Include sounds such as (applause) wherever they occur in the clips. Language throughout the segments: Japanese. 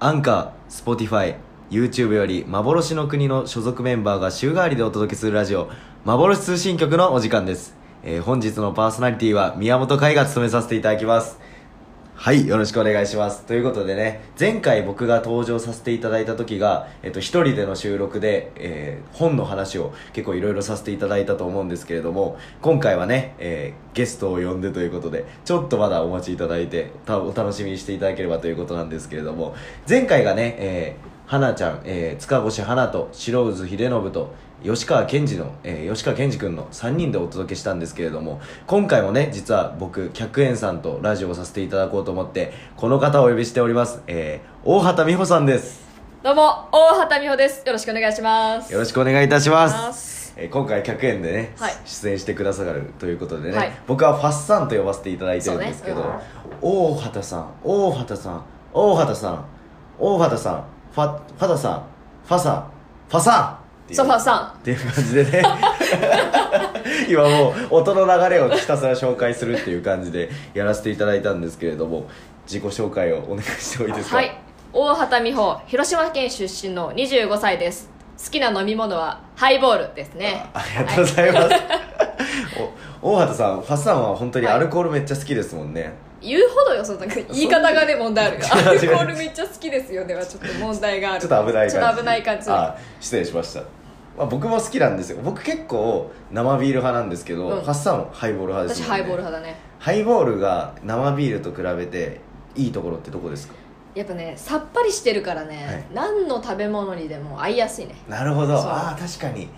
アンカー、Spotify、YouTube より幻の国の所属メンバーが週替わりでお届けするラジオ、幻通信局のお時間です。えー本日のパーソナリティは宮本海が務めさせていただきます。はい、よろしくお願いします。ということでね、前回僕が登場させていただいた時が、えっと、一人での収録で、えー本の話を結構いろいろさせていただいたと思うんですけれども、今回はね、えーゲストを呼んでということで、ちょっとまだお待ちいただいて、たお楽しみにしていただければということなんですけれども、前回がね、えー、花ちゃん、えー塚越花と白渦秀信と吉川賢治の、えー吉川賢治君の3人でお届けしたんですけれども今回もね実は僕客円さんとラジオをさせていただこうと思ってこの方をお呼びしております、えー大畑美穂さんですどうも大畑美穂ですよろしくお願いしますよろしくしくお願いいたしおますすえー今回客円でね、はい出演してくださるということでね、はい僕はファッサンと呼ばせていただいてるんですけそど、うね大畑さん大畑さん大畑さん大畑さんファファタさんファさんファさんっていうソファーさっていう感じで (laughs) ね今もう音の流れをひたすら紹介するっていう感じでやらせていただいたんですけれども自己紹介をお願いしてもいいんですかはい大畑美穂広島県出身の25歳です好きな飲み物はハイボールですねありがとうござ (laughs) います、お大畑さんファッサンは本当にアルコールめっちゃ好きですもんね、言うほどよそのなんか言い方がね問題ある違アうル違うコールめっちゃ好きですよではちょっと問題があるちょっと危ない感じちょっと危ない感じあ失礼しました、まあ、僕も好きなんですよ僕結構生ビール派なんですけど、うんファッサンはハイボール派です私もんねハイボール派だねハイボールが生ビールと比べていいところってどこですかやっぱねさっぱりしてるからね、はい何の食べ物にでも合いやすいねなるほどそうああ確かに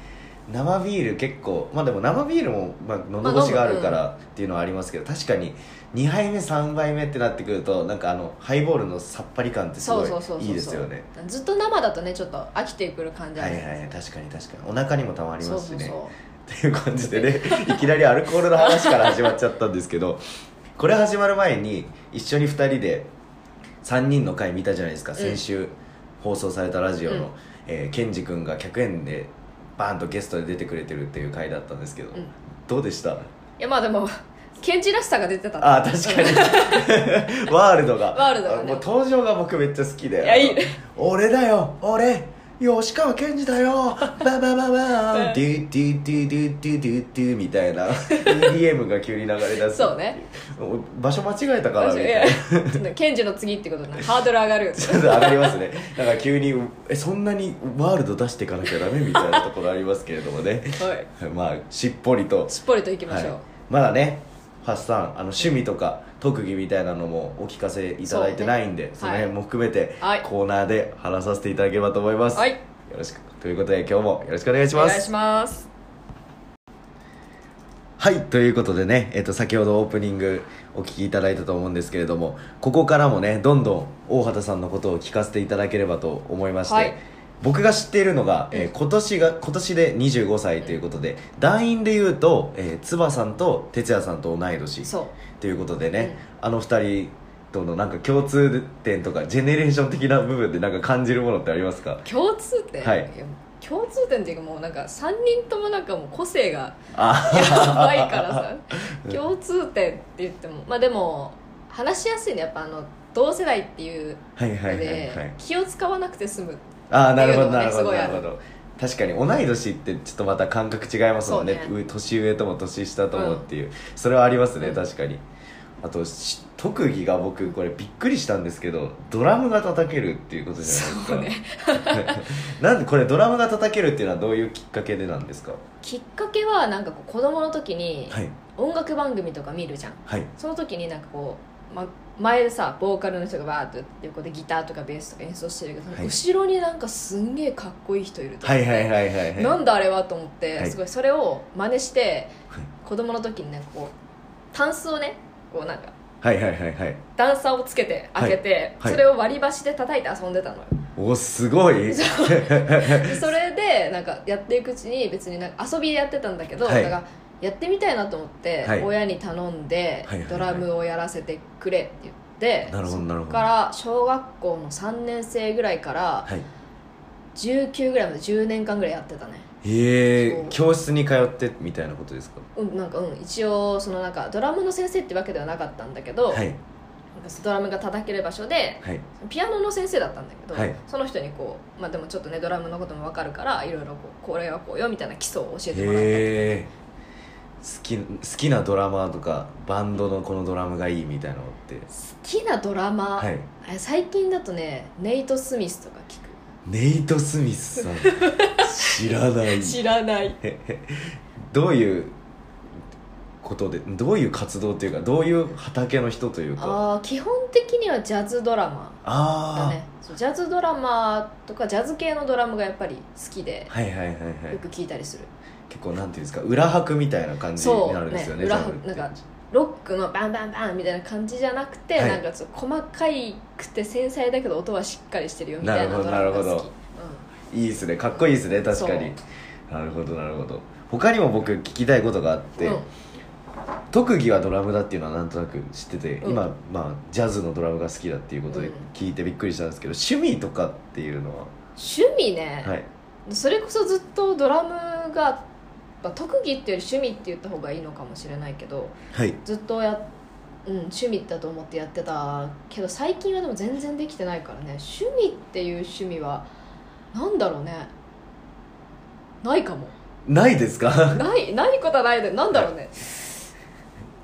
生ビール結構まあでも生ビールも、まあ、喉越しがあるからっていうのはありますけど、確かに2杯目3杯目ってなってくるとなんかあのハイボールのさっぱり感ってすそごうそうそうそういいいですよねずっと生だとねちょっと飽きてくる感じあはるいはいはい確かに確かにお腹にもたまりそまうすしそねうそうっていう感じでねいきなりアルコールの話から始まっちゃったんですけどこれ始まる前に一緒に2人で3人の回見たじゃないですか、ん先週放送されたラジオの、うんえーケンジ君が100円でバーンとゲストで出てくれてるっていう回だったんですけど、うんどうでしたいやまあでもケンチらしさが出てたねあー確か (laughs) にワールドがワールドがねあもう登場が僕めっちゃ好きでいやいい俺だよ俺吉川賢治だよババババーンうんデュデュデュデュデュデュデュみたいな EDM が急に流れ出す (laughs) そうねもう場所間違えたからみ私たいいな (laughs) やケンジの次ってことねハードル上がるよちょっと上がりますねなんか急にえそんなにワールド出していかなきゃダメみたいなところありますけれどもねはいまあしっぽりとすっぽりといきましょう、はい、まだねファスさんあの趣味とか特技みたいなのもお聞かせいただいてないんでそそ,、うねの辺も含めて、はいコーナーで話させていただければと思います、はいよろしくということで今日もよろしくお願いしおま願いすしますはいということでね、えっと先ほどオープニングお聞きいただいたと思うんですけれどもここからもねどんどん大畑さんのことを聞かせていただければと思いまして、はい僕が知っているのが、えーうん今年が今年で25歳ということで、団員でいうと、えー、つばさんと哲也さんと同い年そうということでね、あの二人とのなんか共通点とかジェネレーション的な部分でなんか感じるものってありますか共通点、はいや共通点っていうかもうなんか3人ともなんかもう個性 (laughs) があやばいからさ共通点って言ってもまあでも話しやすいねやっぱあの同世代っていうはいはのいはいはでい気を使わなくて済むああなるほどってないるうのほがねどすごいあなるるほど確かに同い年ってちょっとまた感覚違いますもんねそうう年上とも年下ともうんっていう、それはありますね、うん確かにあとし特技が僕これびっくりしたんですけどドラムが叩けるっていうことじゃないですかそうね (laughs) なんでこれドラムが叩けるっていうのはどういうきっかけでなんですかきっかけはなんかこう子供の時にはい音楽番組とか見るじゃんはいその時になんかこう、まあ、前でさボーカルの人がバーッと横でギターとかベースとか演奏してるけど、そのはい後ろになんかすんげえかっこいい人いると、はいはいはいはいはいなんだあれはと思って、はいすごいそれを真似してはい子供の時になんかこうタンスをねこうなんかはいはいはいはい段差をつけて開けて、はいはいそれを割り箸で叩いて遊んでたのよおすごいで (laughs) それでなんかやっていくうちに別になんか遊びでやってたんだけど、はいだからやってみたいなと思って、はい親に頼んで、はいはいはいドラムをやらせてくれって言ってなるほどなるそほこどから小学校の3年生ぐらいからはい19ぐらいまで10年間ぐらいやってたねへそえう教室に通ってみたいなことですかうんなんかうん一応そのなんかドラムの先生ってわけではなかったんだけど、はいなんかドラムが叩ける場所ではいピアノの先生だったんだけど、はいその人にこう、まあ、でもちょっとねドラムのことも分かるからいろいろこうこれはこうよみたいな基礎を教えてもらったへえ好き好きなドラマーとかバンドのこのドラムがいいみたいなのって好きなドラマ、はいあ最近だとねネイト・スミスとか聞くネイト・スミスさん知らな (laughs) い知らないどういうことでどういう活動というかどういう畑の人というかあー基本的にはジャズドラマだあねそうジャズドラマとかジャズ系のドラムがやっぱり好きであ、はいはいはいはよいく聞いたりする結構なんていうんですか裏拍みたいな感じそうになるんですよねねジャズって裏拍なんかロックのバンバンバンみたいな感じじゃなくて、はいなんかちょっと細かいくて繊細だけど音はしっかりしてるよみたいななるほドどラマが好きなるほどいいですねかっこいいですね確かになるほどなるほど他にも僕聞きたいことがあって、うんうん特技はドラムだっていうのはなんとなく知ってて、うん今、まあ、ジャズのドラムが好きだっていうことでうん聞いてびっくりしたんですけど、趣味とかっていうのは、趣味ね、はい、それこそずっとドラムが、まあ、特技っていうより趣味って言った方がいいのかもしれないけどはい、ずっとや、うん、趣味だと思ってやってたけど最近はでも全然できてないからね趣味っていう趣味はなんだろうねないかもないですかないないことはないでなんだろうね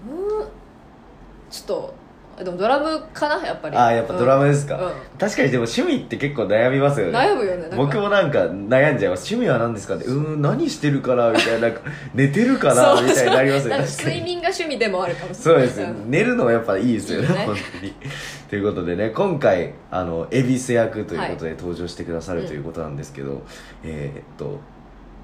うーんちょっとあでもドラムかなやっぱりああやっぱドラムですか、うん確かにでも趣味って結構悩みますようん、ね悩むよねなんか僕もなんか悩んじゃいます趣味は何ですかってうーん何してるからみたいな寝てるからそうみたいになりますよなんねか睡眠が趣味でもあるかもしれそうなでいすねん寝るのはやっぱいいですよねいいよね本当に (laughs) ということでね今回あの恵比寿役ということで登場してくださる、うんということなんですけど、えーっと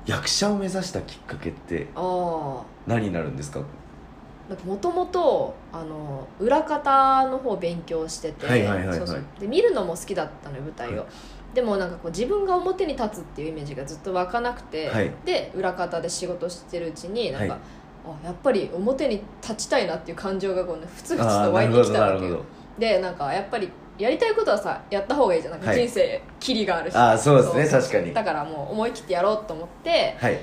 役者を目指したきっかけってあ何になるんですかあもともとあの裏方の方を勉強しててはいはいはいはいそうそうで見るのも好きだったのよ舞台を、はでもなんかこう自分が表に立つっていうイメージがずっと湧かなくて、はいで裏方で仕事してるうちになんか、はいあやっぱり表に立ちたいなっていう感情がこう、ね、ふつふつあとーな湧いるてほきどたなわるけほよどでなんかやっぱりやりたいことはさやった方がいいじゃんなんかはい人生キリがあるし、あーそうですね確かにだからもう思い切ってやろうと思ってはい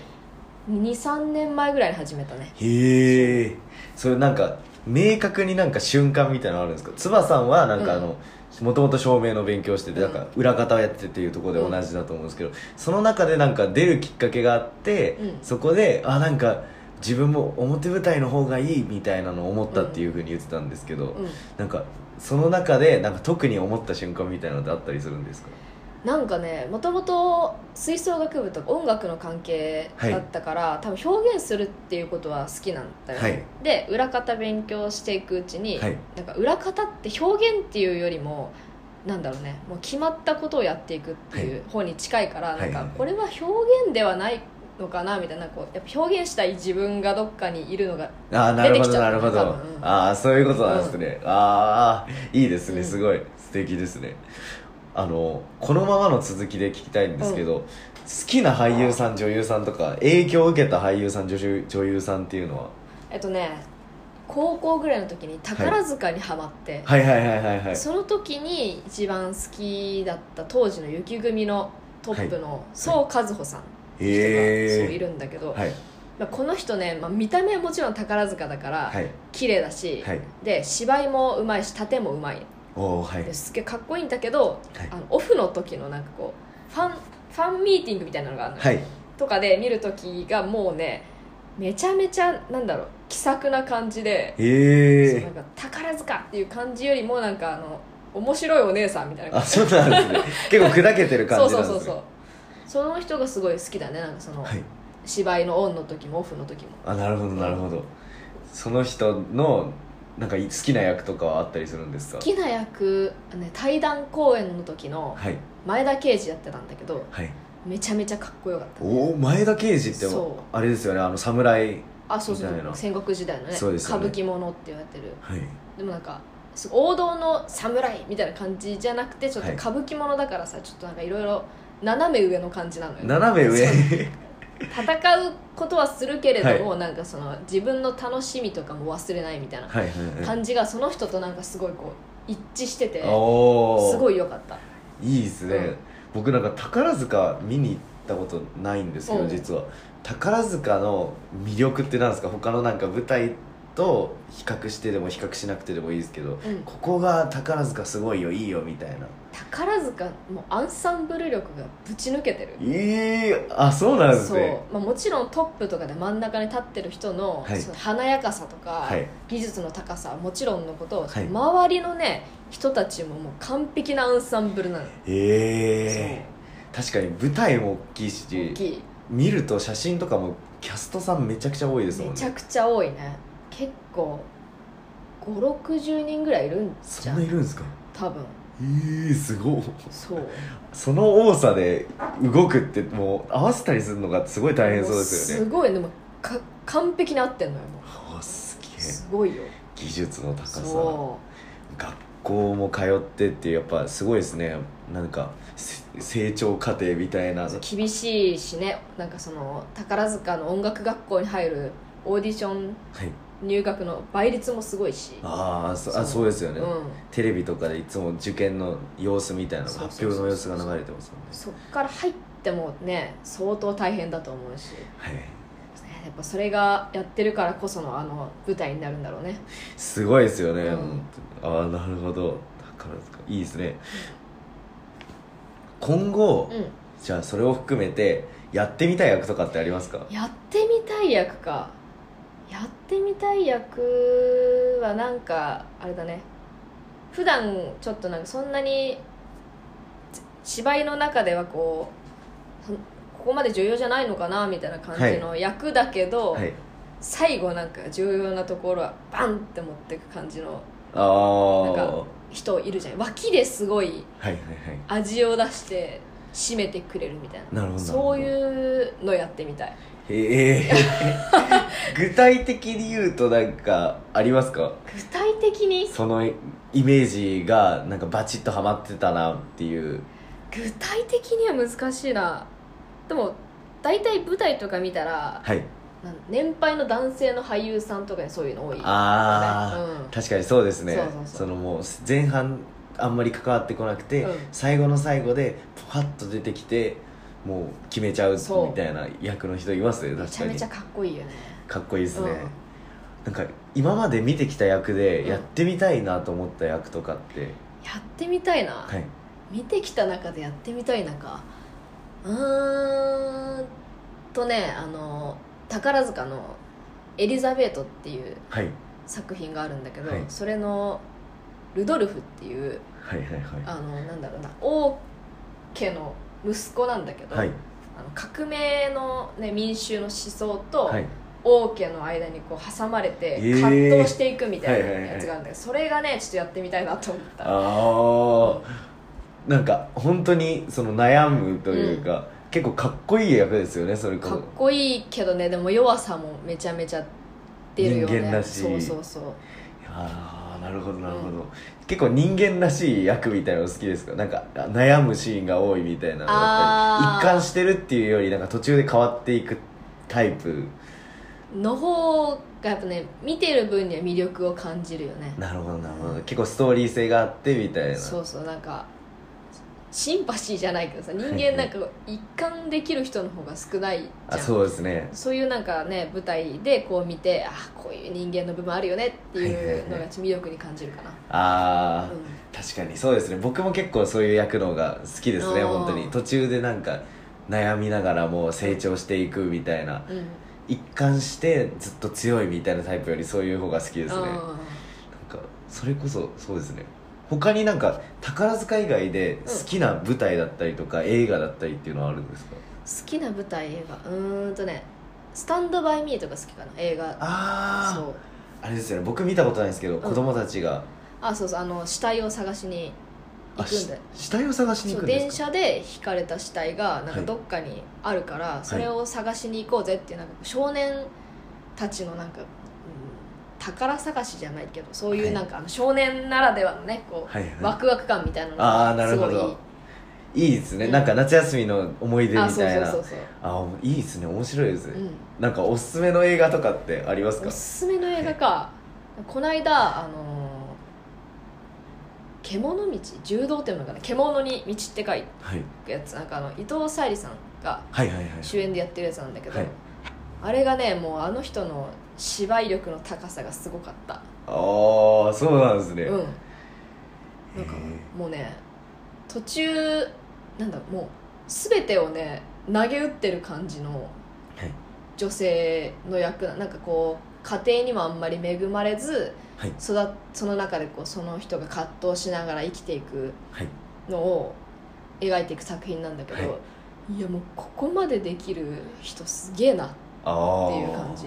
23年前ぐらいに始めたねへえそれなんか明確になんか瞬間みたいなのあるんですかつばさんはなんかあの、もともと照明の勉強しててうなんんか裏方をやっててっていうところで同じだと思うんですけど、その中でなんか出るきっかけがあって、うんそこであなんか自分も表舞台の方がいいみたいなのを思ったっていうふうに言ってたんですけど、うんなんかその中でなんか特に思った瞬間みたいなのってあったりするんですかなんかねもともと吹奏楽部とか音楽の関係だったから、多分表現するっていうことは好きなんだよね、はいで裏方勉強していくうちに、はいなんか裏方って表現っていうよりもなんだろうねもう決まったことをやっていくっていう方に近いから、はいはいなはんいかこれは表現ではないのかなみたいなこうやっぱ表現したい自分がどっかにいるのがああなるほ出てきどちゃなうるほど、多分うんああそういうことなんですね、ああいいですうねんすごい素敵ですねあのこのままの続きで聞きたいんですけど、好きな俳優さん女優さんとか影響を受けた俳優さん女優女優さんっていうのはえっとね高校ぐらいの時に宝塚にハマって、はいはいはいはいはいその時に一番好きだった当時の雪組のトップの宋和穂さんって人がそういえるんだけど、ー、はいまあ、この人ね、まあ、見た目はもちろん宝塚だから、はい綺麗だし、はいで芝居もうまいし盾もうまいおおはいですっげえかっこいいんだけど、はいあのオフの時のなんかこうファンファンミーティングみたいなのがあるのよ、はいとかで見る時がもうねめちゃめちゃなんだろう気さくな感じでえそうなんか宝塚っていう感じよりもなんかあの面白いお姉さんみたいー、あなそうなんで (laughs) すね結構砕けてるそ感うじそなうんですそねうそうその人がすごい好きだねなんかそのはい芝居のオンの時もオフの時もあなるほどなるほどその人のなんか好きな役とかはあったりするんですか好きな役、ね、対談公演の時のはい前田圭司やってたんだけどはいめちゃめちゃかっこよかったおお前田圭司ってそうあれですよねあの侍あそうそみたいなう戦国時代のねそうです歌よね舞伎ものって言われてるはいでもなんかす王道の侍みたいな感じじゃなくてちょっとはい歌舞伎ものだからさ、ちょっとなんかいろいろ斜め上の感じなのよ斜め上そう戦うことはするけれども、なんかその自分の楽しみとかも忘れないみたいな (laughs) はいはいはい感じがその人となんかすごいこう一致してておおすごい良かったいいですね、うん僕なんか宝塚見に行ったことないんですけど、うん実は宝塚の魅力ってなんですか他のなんか舞台と比較してでも比較しなくてでもいいですけど、うんここが宝塚すごいよいいよみたいな宝塚もうアンサンブル力がぶち抜けてるええあそうなんですそうね、まあ、もちろんトップとかで真ん中に立ってる人の,、はいその華やかさとか、はい技術の高さはもちろんのこと、はい周りのね人たちももう完璧なアンサンブルなの、ええ確かに舞台も大きいしそう大きい見ると写真とかもキャストさんめちゃくちゃ多いですもんめちゃねくちゃ多いね結構560人ぐらいいるんじそゃんないんるんですか多分ええすごいそうその多さで動くってもう合わせたりするのがすごい大変そうですよねもごいでもか完璧に合ってんのよもあすうげすごいよえ技術の高さそ学校も通ってってやっぱすごいですねなんかせ成長過程みたいなう厳しいしねなんかその宝塚の音楽学校に入るオーディションはい入学の倍率もすごいしあーそそうあそうですようね、んテレビとかでいつも受験の様子みたいなのそうそう発そう表そうの様子が流れてますもんねそっから入ってもね相当大変だと思うしはいやっぱそれがやってるからこそのあの舞台になるんだろうねすごいですよね、うん本当にああなるほど宝塚いいですね今後、うじゃあそれを含めてやってみたい役とかってありますかんやってみたい役かやってみたい役はなんかあれだね普段ちょっとなんかそんなにち芝居の中ではこうそここまで重要じゃないのかなみたいな感じの役だけど、はい最後なんか重要なところはバンって持ってく感じのああなんかは人いるじゃん脇ですごいいはいはい味を出して締めてくれるみたいななるほどそうういうのやってみたいええ (laughs) 具体的に言うとなんかありますか具体的にそのイメージがなんかバチッとハマってたなっていう具体的には難しいなでも大体舞台とか見たらはいなん年配の男性の俳優さんとかにそういうの多いよねああ確かにそうですねそうそうそうのもう前半あんまり関わってこなくて、うん最後の最後でパッと出てきてもう決めちゃうそうみたいな役の人いますねうん、め確ちかゃめにちゃかっこいいよねかっこいいですね、なんか今まで見てきた役でやってみたいなと思った役とかって、やってみたいな、はい見てきた中でやってみたい中うーんとねあの宝塚の「エリザベート」っていうはい作品があるんだけど、はいそれのルドルフっていうはいはいあはのなんだろうな王家の息子なんだけど、いはいあの革命の、ね、民衆の思想とはい王家の間にこう挟まれてへー葛藤していくみたいなはいはいはいやつがあるんだけど、それがねちょっとやってみたいなと思った。ああなんか本当にその悩むというか、結構かっこいい役ですよねそれこかっそこいいけどねでも弱さもめちゃめちゃ出るよね人間らしいそうそうそうああなるほどなるほど、結構人間らしい役みたいなの好きですかなんかあ悩むシーンが多いみたいなのだあーったり一貫してるっていうよりなんか途中で変わっていくタイプの方がやっぱね見てる分には魅力を感じるよねなるほどなるほど結構ストーリー性があってみたいなそうそうなんかシンパシーじゃないけどさ人はいは間いなんか一貫できる人の方が少ないじゃあんそうですねそういうなんかね舞台でこう見てあこういう人間の部分あるよねっていうのが魅力に感じるかな、ああ、うん確かにそうですね僕も結構そういう役の方が好きですねあー本当に途中でなんか悩みながらもう成長していくみたいなうん一貫してずっと強いみたいなタイプよりそういう方が好きですねなあんかそれこそそうですね他になんか宝塚以外で好きな舞台だったりとか、映画だったりっていうのはあるんですかー好きな舞台映画うーんとね「スタンド・バイ・ミー」とか好きかな映画ああそうあれですよね僕見たことないですけど、子供たちがあそうそうあの死体を探しに行あくんしで死体を探しにそ行くうんで電すか車で引かれた死体がなんはかいどっかにあるから、それを探しに行こうぜっていうなんか少年たちのなんか、うん宝探しじゃないけどそういはういなんかあの少年ならではのねこう、はいはいワクワク感みたいなのああがなするほごいいいどいいですね、うんなんか夏休みの思い出みたいなあそうそうそうそう、あいいですね面白いですね、うん、なんかおすすめの映画とかってありますかおすすめの映画かこの間あのー獣道柔道っていうのかな獣に道って書いはいてやつなんかあの伊藤沙莉さんがはいはいはい主演でやってるやつなんだけど、はいあれがねもうあの人の芝居力の高さがすごかったああそうなんですね、うんへなんーかもうね途中なんだもう全てをね投げ打ってる感じのはい女性の役ななんかこう家庭にもあんまり恵まれずはい育っその中でこうその人が葛藤しながら生きていくはいのを描いていく作品なんだけど、、はいやもうここまでできる人すげえなああっていう感じ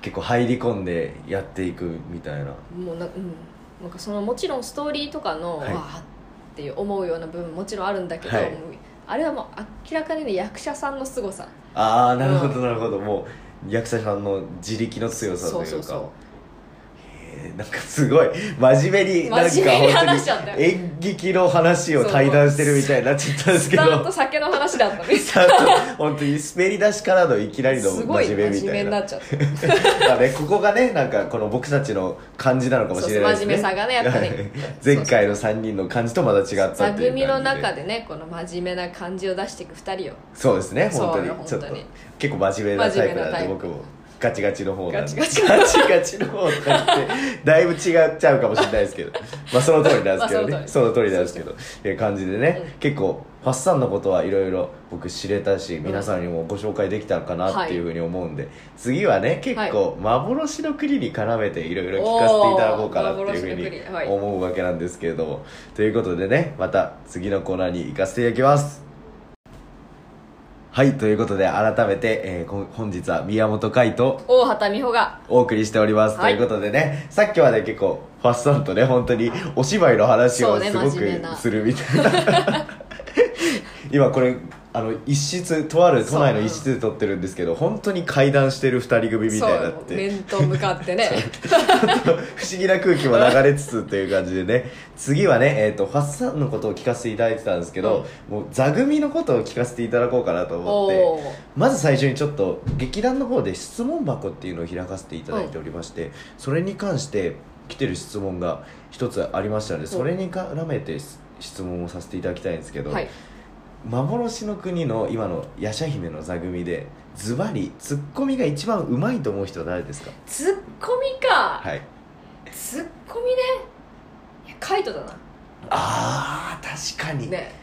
結構入り込んでやっていくみたいなもうな,、うん、なんかそのもちろんストーリーとかの、はいわあっていう思うような部分もちろんあるんだけど、はいもうあれはもう明らかにね役者さんの凄さああなるほうどなるほど、もう役者さんの自力の強さというかそうそうそうえーなんかすごい真面目になんか真面目に本当話しちゃったよ演劇の話を対談してるみたいになっちゃったんですスけターどと酒の話だったみたいちゃんと本当に滑り出しからのいきなりなのすごい真真面目面みた目いにななっちゃったまあね、ここがねなんかこの僕たちの感じなのかもしれないですねそうそう真面目さがねやっぱりはい前回の3人の感じとまた違ったっていう座感じ組の中でねこの真面目な感じを出していく2人をそうですね本そ当うよに本ち当ょっにと結構真面目なタイプな真面目んなタイでプ僕もガチガチの方なんでガチガチ (laughs) ガチガチの方とか言ってだいぶ違っちゃうかもしれないで (laughs) すけどまあその通りなんですけどね、まあそその通りなんですけどっていう感じでね、うん結構ファッサンのことはいろいろ僕知れたし皆さんにもご紹介できたかなっていうふうに思うんで、次はね結構幻の国に絡めていろいろ聞かせていただこうかなっていうおふうー幻のに国はい思うわけなんですけれども、ということでねまた次のコーナーに行かせていただきますはいということで改めて、えーこん本日は宮本海と大畑美穂がお送りしております、はいということでねさっきまで結構ファッサンとね本当にお芝居の話そをうねすご真面目なくするみたいな (laughs) 今これあの一室とある都内の一室で撮ってるんですけど本当に怪談してる二人組みそたいになうって面と向かって (laughs) ね不思議な空気も流れつつっていう感じでね次はね、えー、とファッサンのことを聞かせていただいてたんですけど、もう座組のことを聞かせていただこうかなと思っておーまず最初にちょっと劇団の方で質問箱っていうのを開かせていただいておりまして、それに関して来てる質問が一つありましたので、それに絡めてし質問をさせていただきたいんですけど、はい幻の国の今の夜叉姫の座組でズバリツッコミが一番うまいと思う人は誰ですかツッコミか、はいツッコミねいやカイトだなあー確かに、ね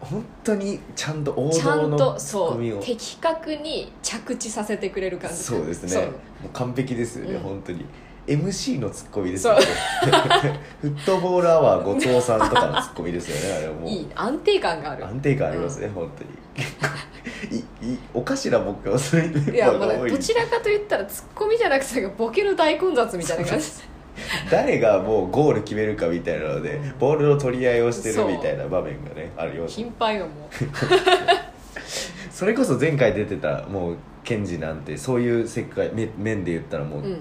本当にちゃんと王ちゃ道んのとツッコそミをう的確に着地させてくれる感じそうですそねうもう完璧ですよね、うん本当に MC のツッコミですよね (laughs) フットボールアワー後藤さんとかのツッコミですよねあれはも (laughs) ういい安定感がある安定感ありますね、本当に結構いいおかしな僕がそれメンバいやーもうが多ねいどちらかと言ったらツッコミじゃなくてなんかボケの大混雑みたいな感じ誰がもうゴール決めるかみたいなのでうんボールの取り合いをしてそるうみたいな場面がねあるような頻繁よもうそれこそ前回出てたもうケンジなんてそういう世界め面で言ったら (laughs) もう、うん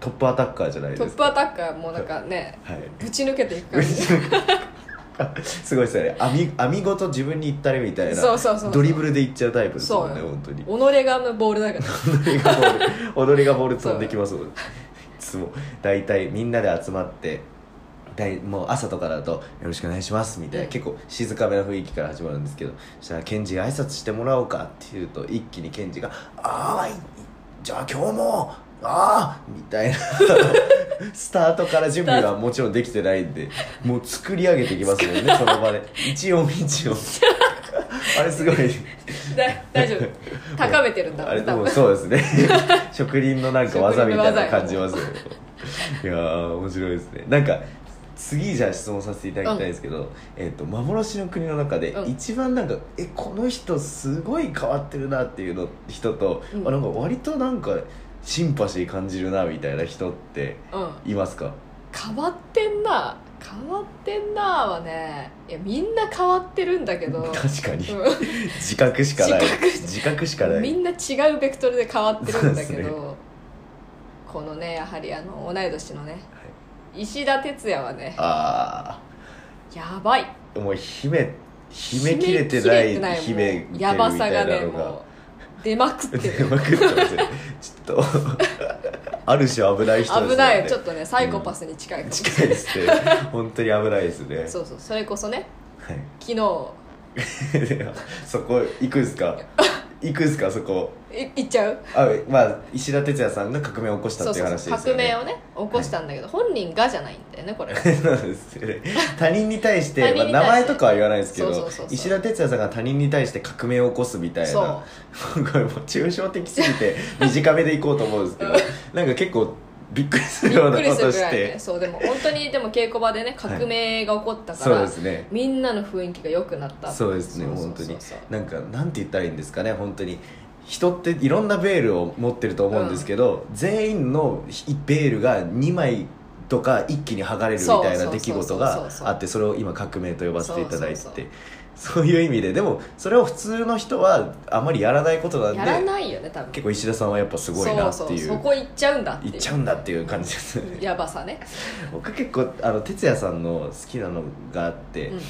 トップアタッカーじゃないトッですプかアタッカーもうなんかねはい (laughs) ぶち抜けていく感じすごいですよね網網ごと自分に行ったりみたいなそうそうそうそうドリブルで行っちゃうタイプですもんそねうよ本当に己がのボールだから (laughs) 踊りがボール踊りがボール飛んできますもんいつも大体みんなで集まってだいもう朝とかだと「よろしくお願いします」みたいな、うん結構静かめな雰囲気から始まるんですけどそしたらケンジが挨拶してもらおうかっていうと一気にケンジが「ああじゃあ今日もああ」みたいな (laughs) スタートから準備はもちろんできてないんでもう作り上げてきますもんねその場で一音 (laughs) 一音あれすごいだ大丈夫 (laughs) 高めてるんだあれで多も分そうです (laughs) ね職人のなんか技みたいな感職じ人のますよいやー面白いですねなんか次じゃあ質問させていただきたいんですけど、えっと幻の国の中でうん一番なんか、えこの人すごい変わってるなっていうの人と、うんあなんか割となんかシンパシー感じるなみたいな人ってうんいますか変わってんな変わってんなはねいやみんな変わってるんだけ (laughs) ど、確かにうん自覚しかない自覚自覚しかなみいんな違うベクトルで変わってるんだそうけですねど、このねやはりあの同い年のね、石田哲也はねあやばいあもう秘め秘めきれてない決め秘きめれてるてないもうみたやいばさがなねのもがう出まくって出るまくってますね (laughs) ちょっとある種危ない人ですよね危ないちょっとねサイコパスに近いかもしれない、近いですね本当に危ないですねそうそうそれこそねはい昨日 (laughs) そこ行くん (laughs) すか行くんすかそこい行っちゃうあまあ石田哲也さんが革命を起こしたそうっていうそう話ですそうよね革命をね起こしたんだけど、本人がじゃないんだよねこれは (laughs) なんですよね他人に対し (laughs) て他人に対してまあ、名前とかは言わないですけどそうそうそうそう石田哲也さんが他人に対して革命を起こすみたいそなすごいもう抽象的すぎて短めでいこうと思うんで (laughs) すけどなんか結構びっくりすびるっようくなりこするとぐ (laughs) らしいてねそうでも本当にでも稽古場でね革命が起こったかそら、うですねみんなの雰囲気が良くなったそうですねそうそう本当にそうそうなんかなんて言ったらいいんですかね本当に人っていろんなベールを持ってると思うんですけど、全員のひベールが2枚とか一気に剥がれるみたいそなうそうそうそう出来事があってそれを今革命と呼ばせていただいててそういう意味ででもそれを普通の人はあまりやらないことなんやらでないよね多分結構石田さんはやっぱすごいなっていうそうそうそこ行っちゃうんだっていういっちゃうんだっていう感じ (laughs) ですねやばさね、僕結構あの哲也さんの好きなのがあって、うん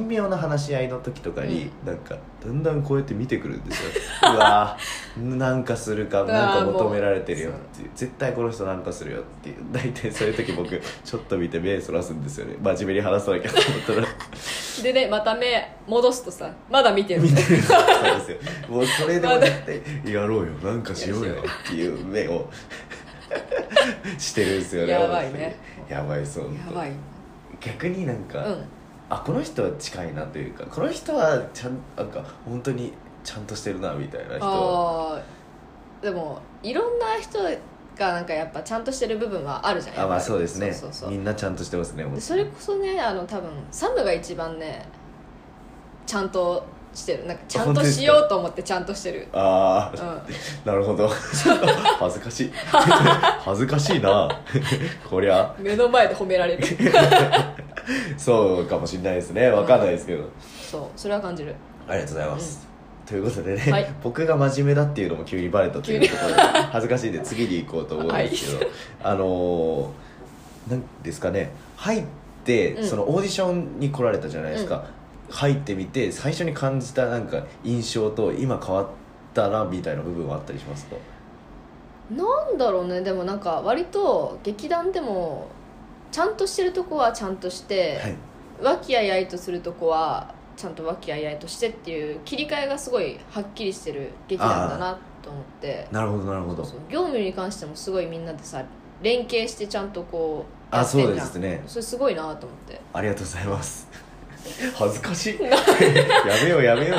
神妙な話し合いの時とかに、なんかだんだんこうやって見てくるんです (laughs) ようわーなんかするかうわーなんかもう求められてるよっていう絶対この人なんかするよっていう大体そういう時僕 (laughs) ちょっと見て目そらすんですよね真面目に話さなきゃと思ったらでねまた目戻すとさまだ見てる見ねてるんですよそうですよもうそれでも絶対やろうよなんかしようよっていう目 (laughs) を (laughs) してるんですよねやばいね本当にやばいそう本や当ばい逆になんか、うんあこの人は近いなというかこの人はちゃんなんか本当にちゃんとしてるなみたいな人はあーでもいろんな人がなんかやっぱちゃんとしてる部分はあるじゃんあまあそうですねそうそうそうみんなちゃんとしてますねもうでそれこそねあの多分サムが一番ねちゃんとしてるなんかちゃんとしようと思ってちゃんとしてるあうあん (laughs) なるほど恥ずかしい (laughs) 恥ずかしいな (laughs) こりゃ (laughs) 目の前で褒められるそうかもしれないですねわかんないですけど、そうそれは感じるありがとうございます、ということでね、はい (laughs) 僕が真面目だっていうのも急にバレたというとこ (laughs) ろで恥ずかしいんで次に行こうと思うんですけど、あのー、なんですかね入って、うんそのオーディションに来られたじゃないですか、入ってみて最初に感じたなんか印象と今変わったなみたいな部分はあったりしますかなんだろうねでもなんか割と劇団でもちゃんとしてるとこはちゃんとして、はい和気あいあいとするとこはちゃんと和気あいあいとしてっていう切り替えがすごいはっきりしてる劇団だなと思ってなるほどなるほどそう業務に関してもすごいみんなでさ連携してちゃんとこうやあってんじそゃんうですねそれすごいなと思ってありがとうございます (laughs) 恥ずかしい (laughs) やめようやめよ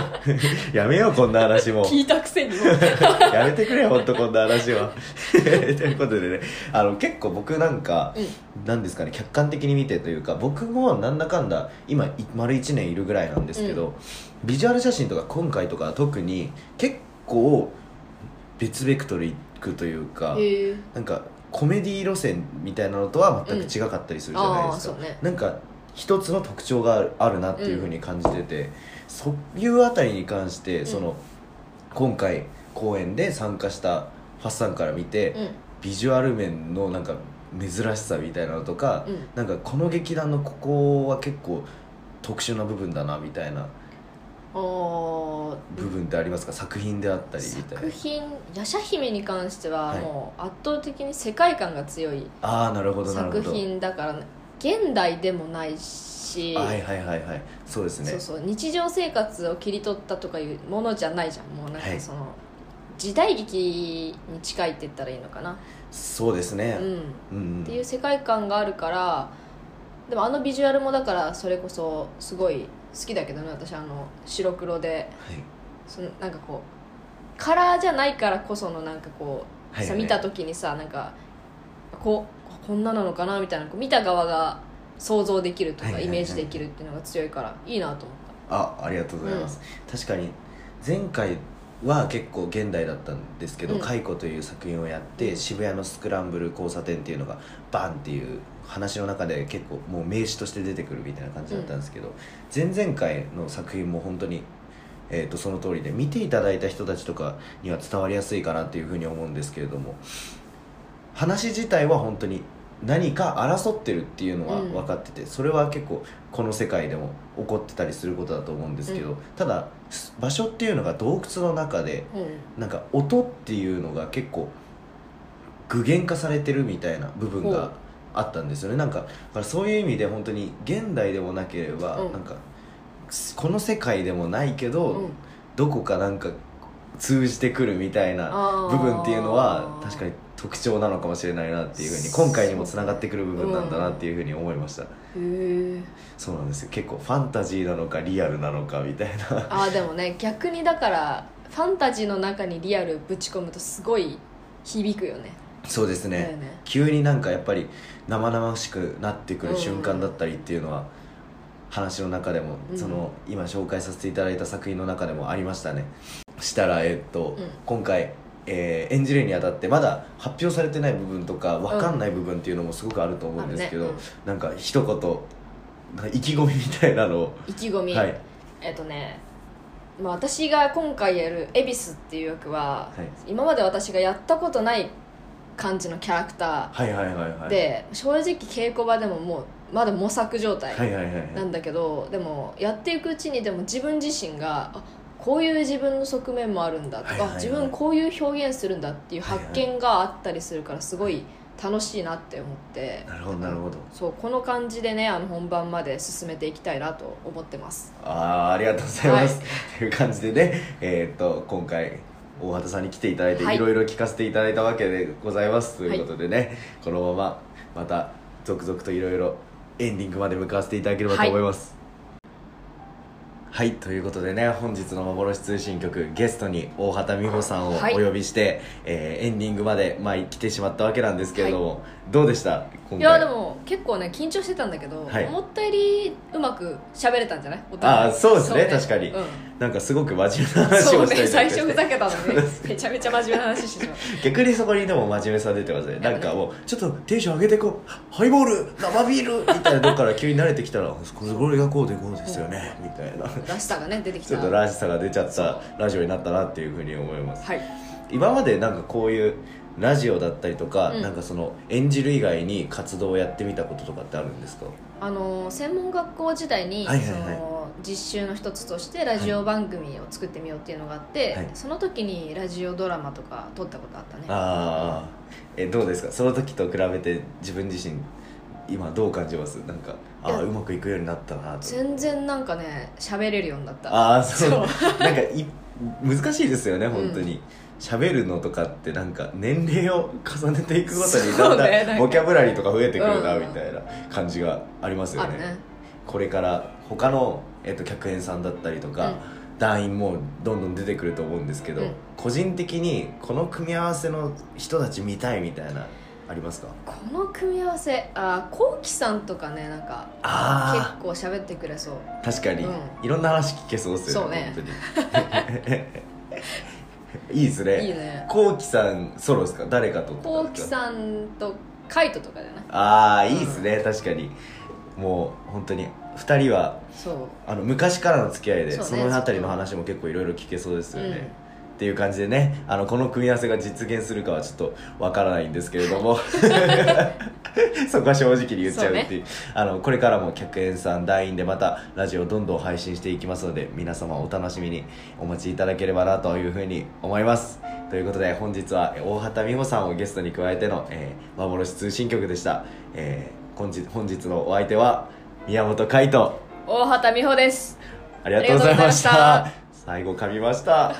う (laughs) やめようこんな話もう聞いたくせにも (laughs) やめてくれよ本当こんな話は (laughs) ということでねあの結構僕なんか、なんですかね客観的に見てというか僕もなんだかんだ今い丸1年いるぐらいなんですけど、ビジュアル写真とか今回とかは特に結構別ベクトルいくというか、へ (laughs) えなんかコメディ路線みたいなのとは全く違かったりするじゃないあであすかそ、うねなんか一つの特徴があるなっていうふうに感じてて、そういうあたりに関して、んその今回公演で参加したファッサンから見て、うビジュアル面のなんか珍しさみたいなのとか、んうんなんかこの劇団のここは結構特殊な部分だなみたいなあ部分ってありますか、作品であったありみたい作な品「夜叉姫」に関してははいもう圧倒的に世界観が強いああなるほどなるほ作ど品だからね現代でもないし、はいはいはいはいそうですねそうそう日常生活を切り取ったとかいうものじゃないじゃんもうなんはかいその、時代劇に近いって言ったらいいのかな、そうですね、うん、っうんうんていう世界観があるからでもあのビジュアルもだからそれこそすごい好きだけどね私あの白黒でそのなんかこうカラーじゃないからこそのなんかこうはいはいさはい見た時にさなんかこうこんななのかなみたいなこう見た側が想像できるとはいかはいはいイメージできるっていうのが強いからいいなと思っあありがとうございます、確かに前回は結構現代だったんですけど「うん解雇」という作品をやって渋谷のスクランブル交差点っていうのがバンっていう話の中で結構もう名詞として出てくるみたいな感じだったんですけど、前々回の作品も本当に、えー、とその通りで見ていただいた人たちとかには伝わりやすいかなっていうふうに思うんですけれども話自体は本当に何か争ってるっていうのはうん分かってて、それは結構この世界でも起こってたりすることだと思うんですけど、うんただす場所っていうのが洞窟の中でうんなんか音っていうのが結構具現化されてるみたいな部分ほうがあったんですよねなんかだからそういう意味で本当に現代でもなければ、うんなんかすこの世界でもないけど、うんどこかなんか通じてくるみたいなあ部ー分っていうのは確かに特徴なのかもしれないなっていうふうに今回にもつながってくる部分なんだなっていうふうに思いました、へえそうなんですよ結構ファンタジーなのかリアルなのかみたい (laughs) なあーでもね逆にだからファンタジーの中にリアルぶち込むとすごい響くよねそうですね、だよね急になんかやっぱり生々しくなってくる瞬間だったりっていうのは、話の中でも、うんその今紹介させていただいた作品の中でもありましたねしたらえっと、うん今回、えー演じるにあたってまだ発表されてない部分とか分かんない部分っていうのもすごくあると思うんですけど、あるねなんか一言なんか意気込みみたいなのを意気込み、はいえっとね、まあ、私が今回やる恵比寿っていう役は、はい今まで私がやったことない感じのキャラクタはいはいはいはーいで、正直稽古場でももうまだ模索状態はいはいはいはいなんだけど、でもやっていくうちにでも自分自身があこういう自分の側面もあるんだとか、はいはいはい自分こういう表現するんだっていう発見があったりするからすごい楽しいなって思ってなるほどなるほどそうこの感じでねあの本番まで進めていきたいなと思ってますあーありがとうございます、という感じでねえーっと今回大畑さんに来ていただいて、はいいろいろ聞かせていただいたわけでございますということでね、このまままた続々といろいろエンディングまで向かわせていただければと思いますはい、ということでね本日の幻通信局ゲストに大畑美穂さんをおはい呼びして、えーエンディングまで、まあ、来てしまったわけなんですけれども、どうでした今回いやでも結構ね緊張してたんだけど、はい思ったよりうまく喋れたんじゃないお互いあーそうですね確かに、うんなんかすごく真面目な話そうをしたねりとか最して初ふざけたのにめちゃめちゃ真面目な話してしまう逆にそこにでも真面目さ出てますねなんかもうちょっとテンション上げてこうハイボール生ビールみたいなとこから急に慣れてきたらこれこれがこうでこうですよねみたいならしさがね出てきちたょっとらしさが出ちゃったラジオになったなっていうふうに思いますはい今までなんかこういうラジオだったりとか、うんなんかその演じる以外に活動をやってみたこととかってあるんですかあの専門学校時代に、はいはいはいその実習の一つとしてラジオ番組を作ってみようっていうのがあって、はいその時にラジオドラマとか撮ったことあったねああえどうですかその時と比べて自分自身今どう感じますなんかあいやあうまくいくようになったなと全然なんかね喋れるようになったああそうそうなんかい難しいですよねん本当に喋、るのとかってなんか年齢を重ねていくごとにそだうんねだなんんかボキャブラリーとか増えてくるなうんみたいな感じがありますよあねるねこれから他の、えっと客演さんだったりとか、うん団員もどんどん出てくると思うんですけど、うん個人的にこの組み合わせの人たち見たいみたいなありますかこの組み合わせあーこうきさんとかねなんか結あ構喋ってくれそうあ確かに、うんいろんな話聞けそうですよねそう本当に (laughs) いいですねいいねこうきさんソロですか誰かとってたこんうできすかさんとカイトとかじゃないああいいですね、確かにもう本当に2人はそうあの昔からの付き合いでそうねそ,、の辺りの話も結構いろいろ聞けそうですよね、うんっていう感じでねあのこの組み合わせが実現するかはちょっとわからないんですけれ (laughs) どもそこは正直に言っちゃうっていうあのこれからも客演さん団員でまたラジオどんどん配信していきますので皆様お楽しみにお待ちいただければなというふうに思いますということで本日はえ大畑美穂さんをゲストに加えての、えー幻通信局でした、えー本日本日のお相手は宮本海斗大畑美穂ですありがとうございましたありがとうございま最後噛みました